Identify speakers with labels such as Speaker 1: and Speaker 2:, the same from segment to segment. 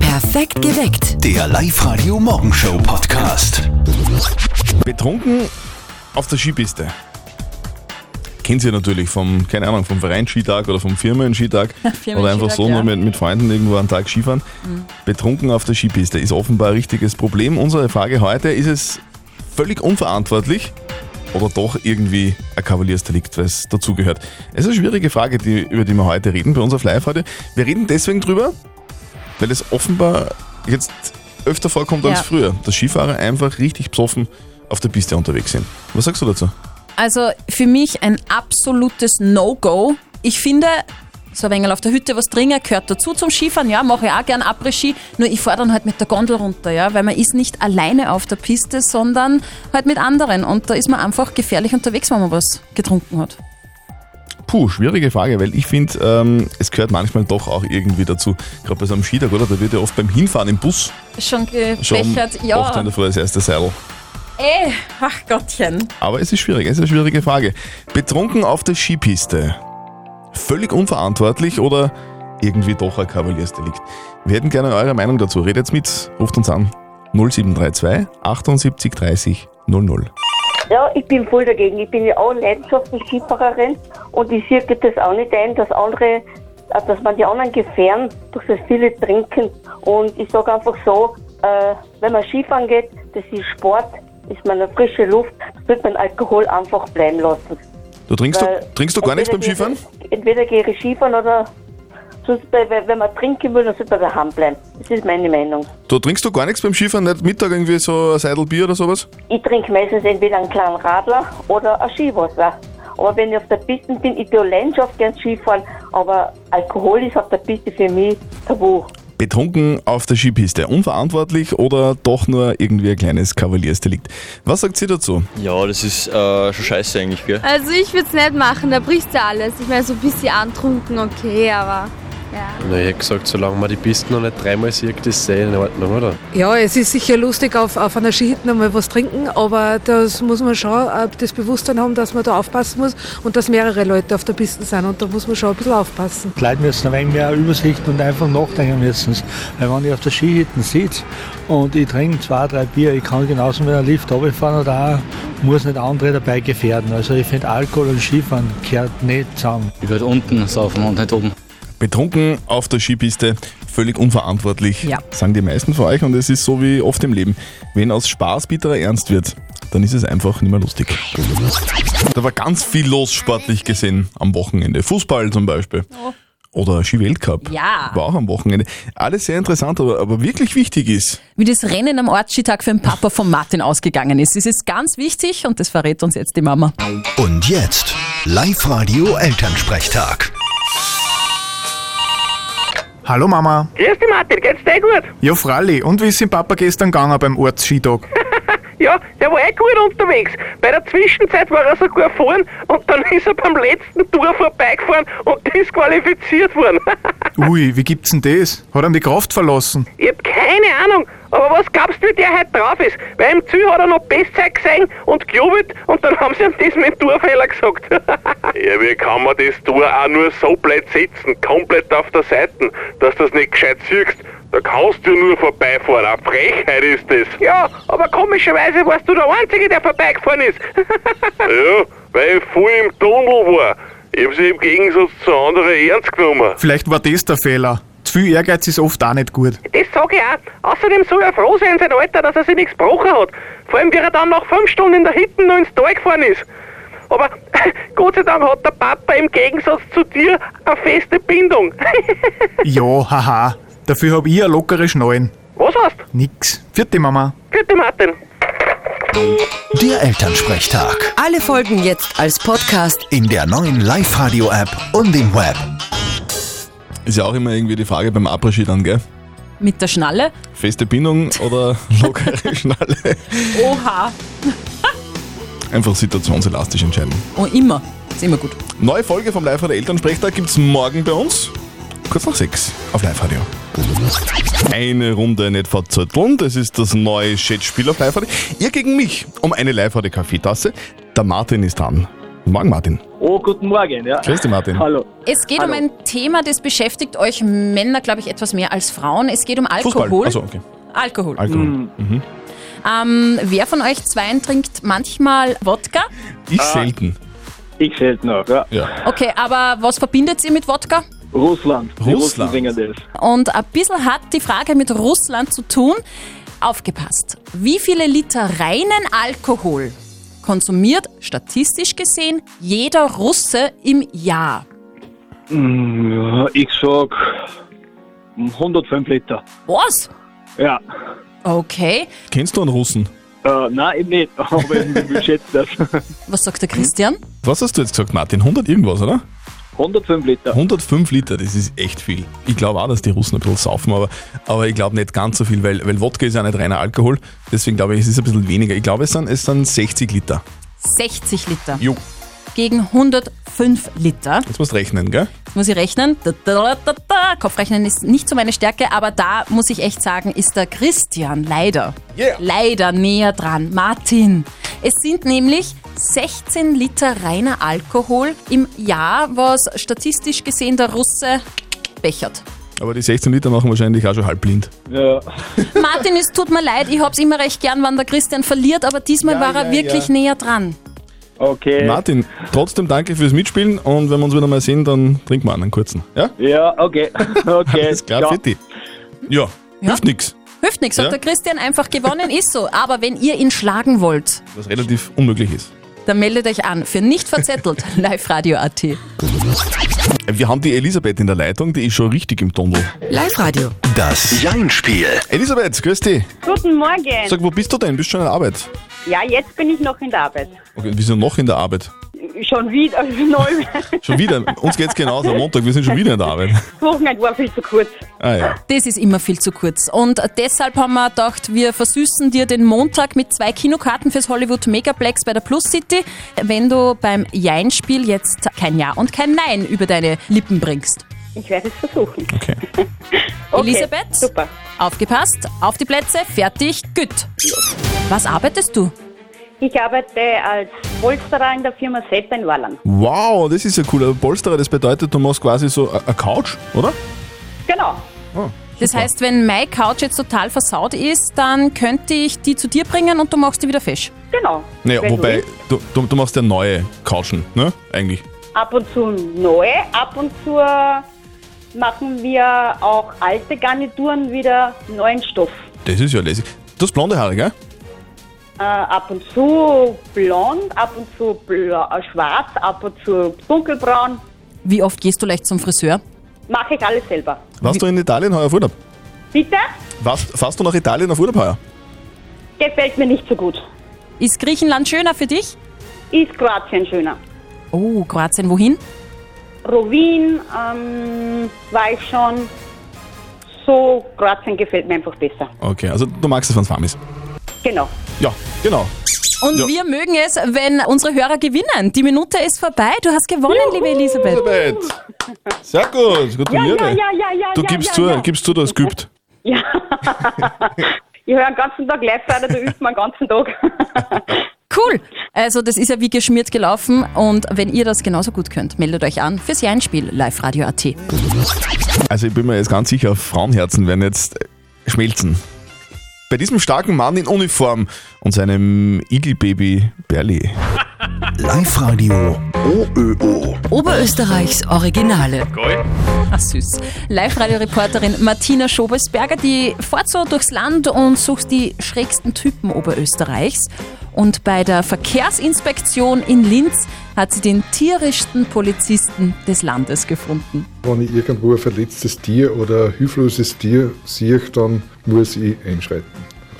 Speaker 1: Perfekt geweckt.
Speaker 2: Der Live-Radio Morgenshow Podcast.
Speaker 3: Betrunken auf der Skipiste. Kennt ihr natürlich vom, keine Ahnung, vom Vereinsskitag oder vom Firmen-Skitag
Speaker 4: Firmen-Skitag,
Speaker 3: oder einfach so
Speaker 4: ja. Mhm.
Speaker 3: nur mit, mit Freunden irgendwo am Tag Skifahren. Betrunken auf der Skipiste ist offenbar ein richtiges Problem. Unsere Frage heute, ist es völlig unverantwortlich oder doch irgendwie ein Kavaliersdelikt, weil es dazugehört? Es ist eine schwierige Frage, die, über die wir heute reden, bei uns auf Live heute. Wir reden deswegen drüber, weil es offenbar jetzt öfter vorkommt als
Speaker 4: Ja.
Speaker 3: früher, dass Skifahrer einfach richtig psoffen auf der Piste unterwegs sind. Was sagst du dazu?
Speaker 4: Also für mich ein absolutes No-Go. Ich finde, so ein wenig auf der Hütte was trinken gehört dazu zum Skifahren. Ja, mache ich auch gern Après-Ski. Nur ich fahre dann halt mit der Gondel runter, ja, weil man ist nicht alleine auf der Piste, sondern halt mit anderen. Und da ist man einfach gefährlich unterwegs, wenn man was getrunken hat.
Speaker 3: Puh, schwierige Frage, weil ich finde, ähm, es gehört manchmal doch auch irgendwie dazu. Gerade bei so einem Skitag, oder? Da wird ja oft beim Hinfahren im Bus
Speaker 4: Schon
Speaker 3: schon
Speaker 4: gefächert,
Speaker 3: oft in
Speaker 4: ja.
Speaker 3: der Früh das erste Seil.
Speaker 4: Ey, ach Gottchen.
Speaker 3: Aber es ist schwierig, es ist eine schwierige Frage. Betrunken auf der Skipiste. Völlig unverantwortlich oder irgendwie doch ein Kavaliersdelikt? Wir hätten gerne eure Meinung dazu. Redet mit, ruft uns an. 0732 78 30 00.
Speaker 5: Ja, ich bin voll dagegen. Ich bin ja auch leidenschaftliche Skifahrerin und ich sehe geht das auch nicht ein, dass andere, äh, dass man die anderen gefährden durch das viele Trinken. Und ich sage einfach so, äh, wenn man Skifahren geht, das ist Sport, ist man in frische Luft, wird man Alkohol einfach bleiben lassen.
Speaker 3: Du trinkst,
Speaker 5: Weil
Speaker 3: du, trinkst du gar nichts beim
Speaker 5: entweder
Speaker 3: Skifahren?
Speaker 5: gehe- Entweder gehe ich Skifahren oder sonst, bei- wenn wenn man trinken will, dann sollte man daheim bleiben. Das ist meine Meinung.
Speaker 3: Du trinkst du gar nichts beim Skifahren? Nicht Mittag irgendwie so ein Seidel Bier oder sowas?
Speaker 5: Ich trinke meistens entweder einen kleinen Radler oder ein Skiwasser. Aber wenn ich auf der Piste bin, ich tue Leidenschaft gern Skifahren, aber Alkohol ist auf der Piste für mich tabu.
Speaker 3: Betrunken auf der Skipiste. Unverantwortlich oder doch nur irgendwie ein kleines Kavaliersdelikt? Was sagt sie dazu?
Speaker 6: Ja, das ist äh, schon scheiße eigentlich, gell?
Speaker 7: Also ich würde es nicht machen, da bricht ja alles. Ich meine, so ein bisschen antrunken, okay, aber ja.
Speaker 8: Na, ich hab gesagt, solange man die Pisten noch nicht dreimal sieht, ist es eh in Ordnung, oder?
Speaker 9: Ja, es ist sicher lustig, auf, auf einer Skihütte mal was trinken, aber das muss man schon äh, das Bewusstsein haben, dass man da aufpassen muss und dass mehrere Leute auf der Piste sind und da muss man schon ein bisschen aufpassen.
Speaker 10: Die Leute müssen ein wenig mehr Übersicht und einfach nachdenken müssen. Weil wenn ich auf der Skihütte sitze und ich trinke zwei, drei Bier, ich kann genauso mit einem Lift runterfahren oder auch, muss nicht andere dabei gefährden. Also ich finde Alkohol und Skifahren gehört nicht zusammen.
Speaker 11: Ich würde unten saufen und nicht oben.
Speaker 3: Betrunken auf der Skipiste, völlig unverantwortlich,
Speaker 4: Ja.
Speaker 3: sagen die meisten von euch und es ist so wie oft im Leben. Wenn aus Spaß bitterer Ernst wird, dann ist es einfach nicht mehr lustig. Da war ganz viel los sportlich gesehen am Wochenende. Fußball zum Beispiel. Oder Ski-Weltcup.
Speaker 4: Oh. Ja.
Speaker 3: War auch am Wochenende. Alles sehr interessant, aber, aber wirklich wichtig ist,
Speaker 4: Wie das Rennen am Ortsskitag für den Papa von Martin ausgegangen ist, ist jetzt ganz wichtig und das verrät uns jetzt die Mama.
Speaker 2: Und jetzt Live-Radio Elternsprechtag.
Speaker 8: Hallo Mama.
Speaker 10: Grüß dich Martin, geht's dir gut?
Speaker 8: Ja, Fralli, und wie ist dem Papa gestern gegangen beim Ortsskitag?
Speaker 10: Ja, der war eh gut unterwegs. Bei der Zwischenzeit war er sogar vorn und dann ist er beim letzten Tour vorbeigefahren und disqualifiziert worden.
Speaker 8: Ui, wie gibt's denn das? Hat ihm die Kraft verlassen?
Speaker 10: Ich hab keine Ahnung, aber was glaubst du, wie der heute drauf ist? Weil im Ziel hat er noch Bestzeit gesehen und gejubelt und dann haben sie ihm das mit dem Torfehler gesagt. ja, wie kann man das Tor auch nur so blöd sitzen, komplett auf der Seite, dass du das nicht gescheit siehst? Da kannst du nur vorbeifahren, eine Frechheit ist das. Ja, aber komischerweise warst du der Einzige, der vorbeigefahren ist. ja, weil ich voll im Tunnel war. Ich hab sie im Gegensatz zu anderen ernst genommen.
Speaker 8: Vielleicht war das der Fehler. Zu viel Ehrgeiz ist oft auch nicht gut.
Speaker 10: Das sage ich auch. Außerdem soll er froh sein, sein Alter, dass er sich nichts gebrochen hat. Vor allem, wie er dann nach fünf Stunden in der Hitten noch ins Tal gefahren ist. Aber Gott sei Dank hat der Papa im Gegensatz zu dir eine feste Bindung.
Speaker 8: Ja, haha. Dafür hab ich eine lockere Schnallen.
Speaker 10: Was hast?
Speaker 8: Nix. Vierte Mama.
Speaker 10: Gute Martin.
Speaker 2: Der Elternsprechtag.
Speaker 1: Alle Folgen jetzt als Podcast.
Speaker 2: In der neuen Live-Radio-App und im Web.
Speaker 3: ist ja auch immer irgendwie die Frage beim Après-Ski dann, gell?
Speaker 4: Mit der Schnalle.
Speaker 3: Feste Bindung oder lockere Schnalle?
Speaker 4: Oha.
Speaker 3: Einfach situationselastisch entscheiden.
Speaker 4: Und immer. Ist immer gut.
Speaker 3: Neue Folge vom Live-Radio Elternsprechtag gibt's morgen bei uns, kurz nach sechs, auf Live-Radio. Eine Runde nicht verzötteln, das ist das neue Schätzspiel auf Live-Radio. Ihr gegen mich um eine Live-Radio-Kaffeetasse. Der Martin ist dran. Morgen, Martin.
Speaker 12: Oh, guten Morgen, ja.
Speaker 3: Grüß dich, Martin.
Speaker 12: Hallo.
Speaker 4: Es geht um
Speaker 12: Hallo.
Speaker 4: ein Thema, das beschäftigt euch Männer, glaube ich, etwas mehr als Frauen. Es geht um Alkohol.
Speaker 3: Achso, okay.
Speaker 4: Alkohol.
Speaker 3: Alkohol.
Speaker 12: Mm.
Speaker 3: Mhm.
Speaker 4: Ähm, wer von euch zweien trinkt manchmal Wodka?
Speaker 3: Ich
Speaker 12: Ah.
Speaker 3: selten.
Speaker 12: Ich selten auch, ja.
Speaker 4: Okay, aber was verbindet ihr mit Wodka?
Speaker 12: Russland. Die
Speaker 3: Russland.
Speaker 12: Russen singen das.
Speaker 4: Und ein bisschen hat die Frage mit Russland zu tun. Aufgepasst. Wie viele Liter reinen Alkohol konsumiert statistisch gesehen jeder Russe im Jahr?
Speaker 12: Hm, ja, Ich sag hm, 105 Liter.
Speaker 4: Was?
Speaker 12: Ja.
Speaker 4: Okay.
Speaker 3: Kennst du einen Russen?
Speaker 12: Äh, nein, eben nicht, aber ich schätze das.
Speaker 4: Was sagt der Christian?
Speaker 3: Was hast du jetzt gesagt, Martin? 100 irgendwas, oder?
Speaker 12: 105 Liter.
Speaker 3: 105 Liter, das ist echt viel. Ich glaube auch, dass die Russen ein bisschen saufen, aber, aber ich glaube nicht ganz so viel, weil, weil Wodka ist ja nicht reiner Alkohol. Deswegen glaube ich, es ist ein bisschen weniger. Ich glaube, es sind, es sind 60 Liter.
Speaker 4: 60 Liter
Speaker 3: Jo,
Speaker 4: gegen 105 Liter.
Speaker 3: jetzt musst du rechnen, gell?
Speaker 4: Jetzt muss ich rechnen. Da, da, da, da. Kopfrechnen ist nicht so meine Stärke, aber da muss ich echt sagen, ist der Christian leider, leider näher dran. Martin, es sind nämlich 16 Liter reiner Alkohol im Jahr, was statistisch gesehen der Russe bechert.
Speaker 3: Aber die 16 Liter machen wahrscheinlich auch schon halb blind.
Speaker 12: Ja.
Speaker 4: Martin, es tut mir leid, ich hab's immer recht gern, wann der Christian verliert, aber diesmal
Speaker 3: Ja,
Speaker 4: war er
Speaker 3: ja,
Speaker 4: wirklich
Speaker 3: ja.
Speaker 4: näher dran.
Speaker 12: Okay.
Speaker 3: Martin, trotzdem danke fürs Mitspielen und wenn wir uns wieder mal sehen, dann trinken wir einen kurzen. Ja?
Speaker 12: Ja, okay. okay.
Speaker 3: Alles klar,
Speaker 12: ja.
Speaker 3: Fitti. Ja, hilft nix.
Speaker 4: Hilft nichts,
Speaker 3: Ja.
Speaker 4: hat der Christian einfach gewonnen, ist so. Aber wenn ihr ihn schlagen wollt,
Speaker 3: Was relativ unmöglich ist.
Speaker 4: dann meldet euch an für nicht verzettelt live radio AT.
Speaker 3: Wir haben die Elisabeth in der Leitung, die ist schon richtig im Tunnel.
Speaker 1: Live Radio.
Speaker 3: Das Jein-Spiel. Elisabeth, grüß dich.
Speaker 5: Guten Morgen.
Speaker 3: Sag, wo bist du denn? Bist du schon in der Arbeit?
Speaker 5: Ja, jetzt bin ich noch in der Arbeit.
Speaker 3: Okay, wir sind noch in der Arbeit.
Speaker 5: Schon wieder, neu.
Speaker 3: Schon wieder. Uns geht's genauso. Am Montag, wir sind schon wieder in der Arbeit.
Speaker 4: Das Wochenende war viel zu kurz.
Speaker 3: Ah ja.
Speaker 4: Das ist immer viel zu kurz. Und deshalb haben wir gedacht, wir versüßen dir den Montag mit zwei Kinokarten fürs Hollywood Megaplex bei der Plus City, wenn du beim Jein-Spiel jetzt kein Ja und kein Nein über deine Lippen bringst.
Speaker 5: Ich werde es versuchen.
Speaker 3: Okay.
Speaker 4: Elisabeth? Super. Aufgepasst, auf die Plätze, fertig, gut. Was arbeitest du?
Speaker 5: Ich arbeite als Polsterer in der Firma Setter in Walland.
Speaker 3: Wow, das ist ja cool. Ein Polsterer, das bedeutet, du machst quasi so äh, eine Couch, oder?
Speaker 5: Genau.
Speaker 4: Das heißt, wenn meine Couch jetzt total versaut ist, dann könnte ich die zu dir bringen und du machst die wieder fesch.
Speaker 5: Genau.
Speaker 3: Naja,
Speaker 5: Wenn du
Speaker 3: wobei,
Speaker 5: willst.
Speaker 3: du, du, du machst ja neue Couchen, ne? Eigentlich.
Speaker 5: Ab und zu neue, ab und zu äh, machen wir auch alte Garnituren wieder neuen Stoff.
Speaker 3: Das ist ja lässig. Du hast blonde Haare, gell?
Speaker 5: Äh, ab und zu blond, ab und zu blau, äh, schwarz, ab und zu dunkelbraun.
Speaker 4: Wie oft gehst du leicht zum Friseur?
Speaker 5: Mache ich alles selber.
Speaker 3: Warst du in Italien heuer auf Urlaub?
Speaker 5: Bitte?
Speaker 3: Warst, fährst du nach Italien auf Urlaub heuer?
Speaker 5: Gefällt mir nicht so gut.
Speaker 4: Ist Griechenland schöner für dich?
Speaker 5: Ist Kroatien schöner.
Speaker 4: Oh, Kroatien, wohin?
Speaker 5: Rowin ähm, war ich schon. So, Kroatien gefällt mir einfach besser.
Speaker 3: Okay, also du magst es, wenn es warm ist.
Speaker 5: Genau.
Speaker 3: Ja, genau.
Speaker 4: Und
Speaker 3: Ja.
Speaker 4: wir mögen es, wenn unsere Hörer gewinnen. Die Minute ist vorbei. Du hast gewonnen, liebe Elisabeth.
Speaker 3: Elisabeth! Sehr gut, gratuliere.
Speaker 5: Ja, ja, ja, ja, ja,
Speaker 3: du
Speaker 5: ja,
Speaker 3: gibst
Speaker 5: ja,
Speaker 3: zu,
Speaker 5: ja.
Speaker 3: gibst zu, du hast geübt.
Speaker 5: Ich höre den ganzen Tag live weiter, du übst meinen ganzen Tag.
Speaker 4: Cool. Also das ist ja wie geschmiert gelaufen. Und wenn ihr das genauso gut könnt, meldet euch an fürs Jeinspiel live radio AT.
Speaker 3: Also ich bin mir jetzt ganz sicher, Frauenherzen werden jetzt äh, schmelzen. Bei diesem starken Mann in Uniform und seinem Igelbaby Berli.
Speaker 2: Live-Radio OÖO.
Speaker 1: Oberösterreichs Originale.
Speaker 4: Ach süß. Live-Radio-Reporterin Martina Schobelsberger, die fährt so durchs Land und sucht die schrägsten Typen Oberösterreichs. Und bei der Verkehrsinspektion in Linz hat sie den tierischsten Polizisten des Landes gefunden.
Speaker 8: Wenn ich irgendwo ein verletztes Tier oder ein hilfloses Tier sehe, dann muss ich einschreiten.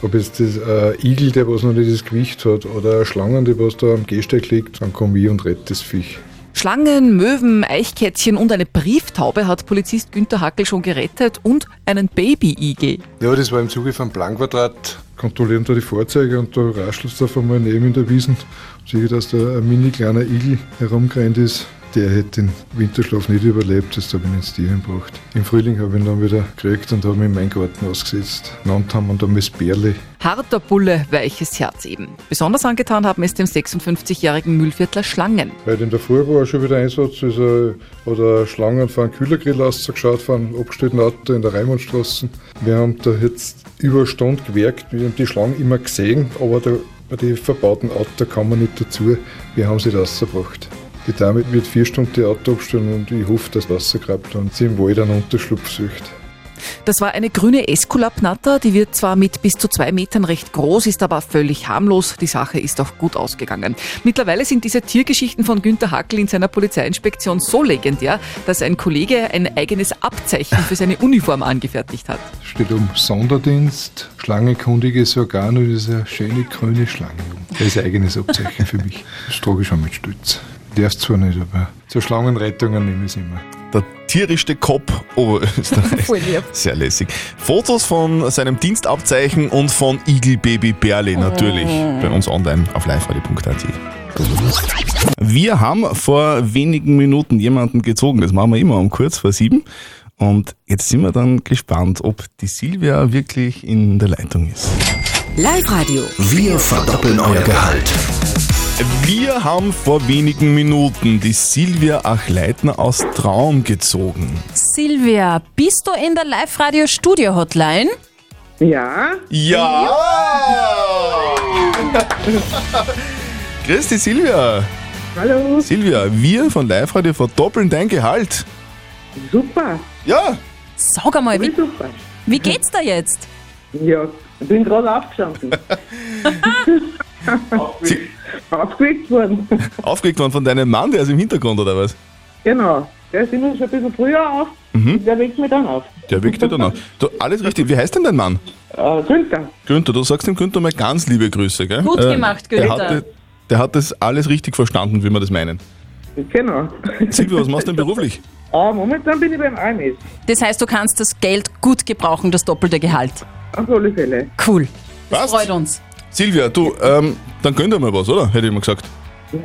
Speaker 8: Ob jetzt das ein Igel, der was noch nicht das Gewicht hat, oder eine Schlange, die was da am Gehsteig liegt, dann komme ich und rette das Viech.
Speaker 13: Schlangen, Möwen, Eichkätzchen und eine Brieftaube hat Polizist Günther Hackel schon gerettet und einen Baby-Igel.
Speaker 8: Ja, das war im Zuge vom Planquadrat. Kontrollieren da die Fahrzeuge und da raschelt es auf einmal neben in der Wiesen. Sehe, dass da ein mini kleiner Igel herumgerannt ist. Der hätte den Winterschlaf nicht überlebt, das habe ich ins Tierheim gebracht. Im Frühling habe ich ihn dann wieder gekriegt und habe ihn in meinen Garten ausgesetzt. Genannt haben wir ihn damals Bärli.
Speaker 13: Harter Bulle, weiches Herz eben. Besonders angetan haben es dem 56-jährigen Mühlviertler Schlangen.
Speaker 8: Heute in der Früh war er schon wieder Einsatz, ist er, hat er Schlangen von einem Kühlergrill ausgeschaut, von einem abgestellten Auto in der Raimundstraße. Wir haben da jetzt über eine Stunde gewerkt, wir haben die Schlangen immer gesehen, aber da, bei den verbauten Auto kann man nicht dazu, wir haben sie rausgebracht. Die Dame wird vier Stunden die Auto abstellen und ich hoffe, dass Wasser grabt und sie im Wald einen Unterschlupf sucht.
Speaker 13: Das war eine grüne Esculapnatter, die wird zwar mit bis zu zwei Metern recht groß, ist aber völlig harmlos. Die Sache ist auch gut ausgegangen. Mittlerweile sind diese Tiergeschichten von Günter Hackl in seiner Polizeiinspektion so legendär, dass ein Kollege ein eigenes Abzeichen für seine Uniform angefertigt hat.
Speaker 8: steht um Sonderdienst, schlangenkundiges Organ und das ist eine schöne grüne Schlange. Das ist ein eigenes Abzeichen für mich. Das trage ich schon mit Stütz. Darfst zwar nicht, aber zur Schlangenrettungen nehme ich es immer.
Speaker 3: Der tierischste Kopf Oberösterreichs.
Speaker 8: Voll lieb.
Speaker 3: Sehr lässig. Fotos von seinem Dienstabzeichen und von Igelbaby Berle natürlich.
Speaker 2: Oh.
Speaker 3: Bei uns online auf liveradio.at. Wir haben vor wenigen Minuten jemanden gezogen. Das machen wir immer um kurz vor sieben. Und jetzt sind wir dann gespannt, ob die Silvia wirklich in der Leitung ist.
Speaker 1: Live-Radio.
Speaker 3: Wir verdoppeln euer Gehalt. Wir haben vor wenigen Minuten die Silvia Achleitner aus Traun gezogen.
Speaker 4: Silvia, bist du in der Live-Radio-Studio-Hotline?
Speaker 14: Ja.
Speaker 3: Ja! Grüß dich, Silvia!
Speaker 14: Hallo!
Speaker 3: Silvia, wir von Live Radio verdoppeln dein Gehalt.
Speaker 14: Super!
Speaker 3: Ja!
Speaker 4: Sag einmal, wie, wie geht's da jetzt?
Speaker 14: Ja, ich bin gerade aufgestanden. Aufgeweckt worden.
Speaker 3: Aufgeregt worden von deinem Mann, der ist im Hintergrund, oder was?
Speaker 14: Genau. Der ist immer schon ein bisschen früher auf.
Speaker 3: Mhm.
Speaker 14: Der weckt mich dann auf.
Speaker 3: Der wirkt dir dann an. Du, alles richtig. Wie heißt denn dein Mann?
Speaker 14: Äh, Günther.
Speaker 3: Günther, du sagst dem Günther mal ganz liebe Grüße, gell? Äh,
Speaker 14: Gut gemacht,
Speaker 3: der
Speaker 14: Günther.
Speaker 3: hat- Der hat das alles richtig verstanden, wie wir das meinen.
Speaker 14: Genau.
Speaker 3: Silvia, was machst du denn beruflich?
Speaker 14: Ah, momentan bin ich beim Amis.
Speaker 4: Das heißt, du kannst das Geld gut gebrauchen, das doppelte Gehalt.
Speaker 14: Auf alle Fälle.
Speaker 4: Cool.
Speaker 3: Das
Speaker 4: freut uns.
Speaker 3: Silvia, du, ähm, dann gönn dir mal was, oder? Hätte ich mal gesagt.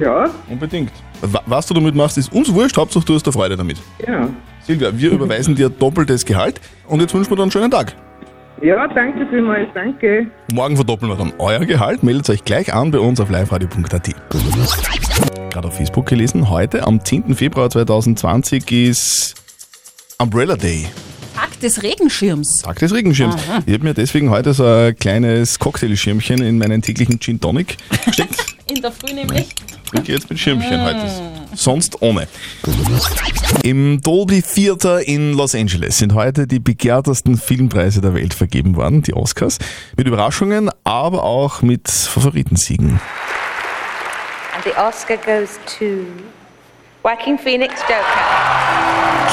Speaker 14: Ja.
Speaker 3: Unbedingt. Wa- Was du damit machst, ist uns wurscht. Hauptsache, du hast eine Freude damit.
Speaker 14: Ja.
Speaker 3: Silvia, wir überweisen dir doppeltes Gehalt und jetzt wünschen wir dir einen schönen Tag.
Speaker 14: Ja, danke vielmals. Danke.
Speaker 3: Morgen verdoppeln wir dann euer Gehalt. Meldet euch gleich an bei uns auf liveradio.at. Gerade auf Facebook gelesen, heute am 10. Februar 2020 ist Umbrella Day,
Speaker 4: Tag des Regenschirms.
Speaker 3: Tag des Regenschirms.
Speaker 4: Aha.
Speaker 3: Ich habe mir deswegen heute so ein kleines Cocktailschirmchen in meinen täglichen Gin Tonic gesteckt.
Speaker 4: In der Früh nämlich.
Speaker 3: Trinke jetzt mit Schirmchen heute. Sonst ohne. Im Dolby Theater in Los Angeles sind heute die begehrtesten Filmpreise der Welt vergeben worden, die Oscars. Mit Überraschungen, aber auch mit Favoritensiegen.
Speaker 15: And the Oscar goes to Joaquin Phoenix Joker.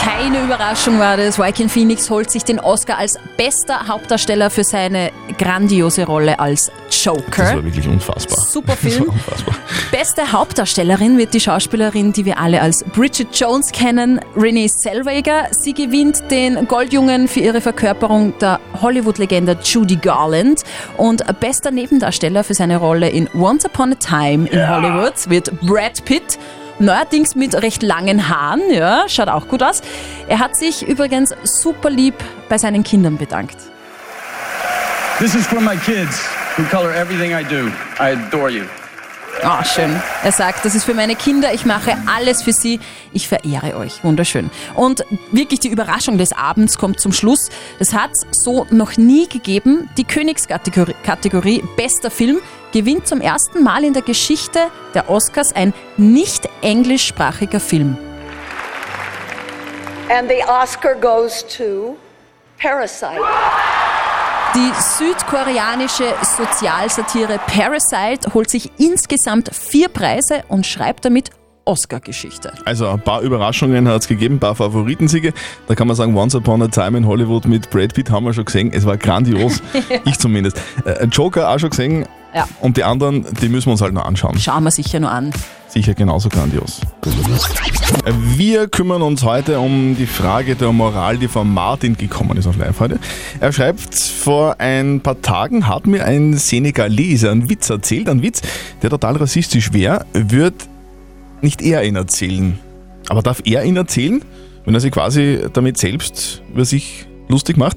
Speaker 4: Keine Überraschung war das. Joaquin Phoenix holt sich den Oscar als bester Hauptdarsteller für seine grandiose Rolle als
Speaker 3: Das
Speaker 4: Joker.
Speaker 3: war wirklich unfassbar.
Speaker 4: Super
Speaker 3: Das
Speaker 4: Film.
Speaker 3: war unfassbar.
Speaker 4: Beste Hauptdarstellerin wird die Schauspielerin, die wir alle als Bridget Jones kennen, Renee Zellweger. Sie gewinnt den Goldjungen für ihre Verkörperung der Hollywood-Legende Judy Garland. Und bester Nebendarsteller für seine Rolle in Once Upon a Time in Hollywood wird Brad Pitt. Neuerdings mit recht langen Haaren, ja, schaut auch gut aus. Er hat sich übrigens super lieb bei seinen Kindern bedankt.
Speaker 16: This is for my kids who color everything I do. I adore you.
Speaker 4: Ah, schön. Er sagt, das ist für meine Kinder, ich mache alles für sie, ich verehre euch. Wunderschön. Und wirklich die Überraschung des Abends kommt zum Schluss. Es hat so noch nie gegeben. Die Königskategorie Kategorie Bester Film gewinnt zum ersten Mal in der Geschichte der Oscars ein nicht englischsprachiger Film.
Speaker 17: And the Oscar goes to Parasite.
Speaker 4: Die südkoreanische Sozialsatire Parasite holt sich insgesamt vier Preise und schreibt damit Oscar-Geschichte.
Speaker 3: Also ein paar Überraschungen hat es gegeben, ein paar Favoritensiege. Da kann man sagen, Once Upon a Time in Hollywood mit Brad Pitt haben wir schon gesehen. Es war grandios.
Speaker 4: Ja.
Speaker 3: Ich zumindest. Äh, Joker auch schon gesehen.
Speaker 4: Ja.
Speaker 3: Und die anderen, die müssen wir uns halt noch anschauen.
Speaker 4: Schauen wir sicher noch an.
Speaker 3: Sicher genauso grandios. Wir kümmern uns heute um die Frage der Moral, die von Martin gekommen ist auf Live heute. Er schreibt, vor ein paar Tagen hat mir ein Senegaleser einen Witz erzählt, einen Witz, der total rassistisch wäre, wird nicht er ihn erzählen. Aber darf er ihn erzählen, wenn er sich quasi damit selbst über sich lustig macht?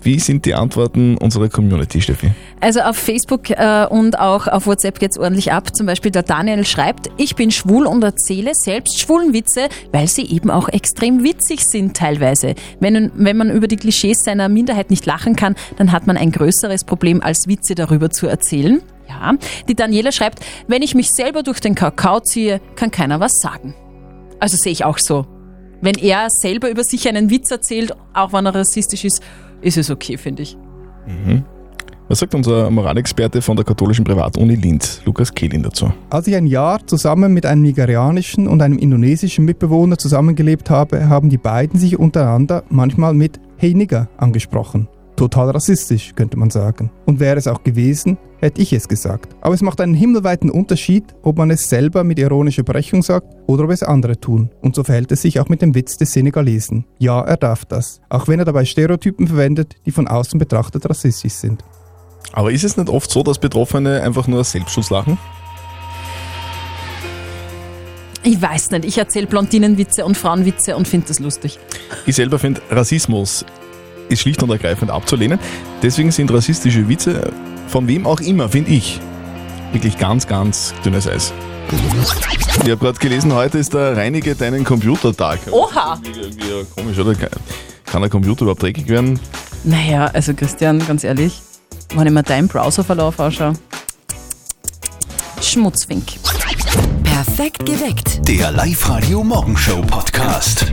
Speaker 3: Wie sind die Antworten unserer Community, Steffi?
Speaker 4: Also auf Facebook äh, und auch auf WhatsApp geht's ordentlich ab. Zum Beispiel der Daniel schreibt, ich bin schwul und erzähle selbst schwulen Witze, weil sie eben auch extrem witzig sind teilweise. Wenn, wenn man über die Klischees seiner Minderheit nicht lachen kann, dann hat man ein größeres Problem, als Witze darüber zu erzählen. Ja. Die Daniela schreibt, wenn ich mich selber durch den Kakao ziehe, kann keiner was sagen. Also sehe ich auch so. Wenn er selber über sich einen Witz erzählt, auch wenn er rassistisch ist, ist es okay, finde ich.
Speaker 3: Mhm. Was sagt unser Moralexperte von der katholischen Privatuni Linz, Lukas Kehlin, dazu?
Speaker 10: Als ich ein Jahr zusammen mit einem nigerianischen und einem indonesischen Mitbewohner zusammengelebt habe, haben die beiden sich untereinander manchmal mit Hey Nigger angesprochen. Total rassistisch, könnte man sagen. Und wäre es auch gewesen, hätte ich es gesagt. Aber es macht einen himmelweiten Unterschied, ob man es selber mit ironischer Brechung sagt oder ob es andere tun. Und so verhält es sich auch mit dem Witz des Senegalesen. Ja, er darf das. Auch wenn er dabei Stereotypen verwendet, die von außen betrachtet rassistisch sind.
Speaker 3: Aber ist es nicht oft so, dass Betroffene einfach nur aus Selbstschutz lachen?
Speaker 4: Ich weiß nicht, ich erzähle Blondinenwitze und Frauenwitze und finde das lustig.
Speaker 3: Ich selber finde, Rassismus ist schlicht und ergreifend abzulehnen. Deswegen sind rassistische Witze von wem auch immer, finde ich, wirklich ganz, ganz dünnes Eis. Ich habe gerade gelesen, heute ist der Reinige deinen Computertag.
Speaker 4: Oha!
Speaker 3: Irgendwie ja, komisch, oder? Kann der Computer überhaupt dreckig werden?
Speaker 4: Naja, also Christian, ganz ehrlich, wenn ich mir deinen Browserverlauf anschaue. Schmutzwink.
Speaker 18: Perfekt geweckt.
Speaker 2: Der Live-Radio Morgenshow Podcast.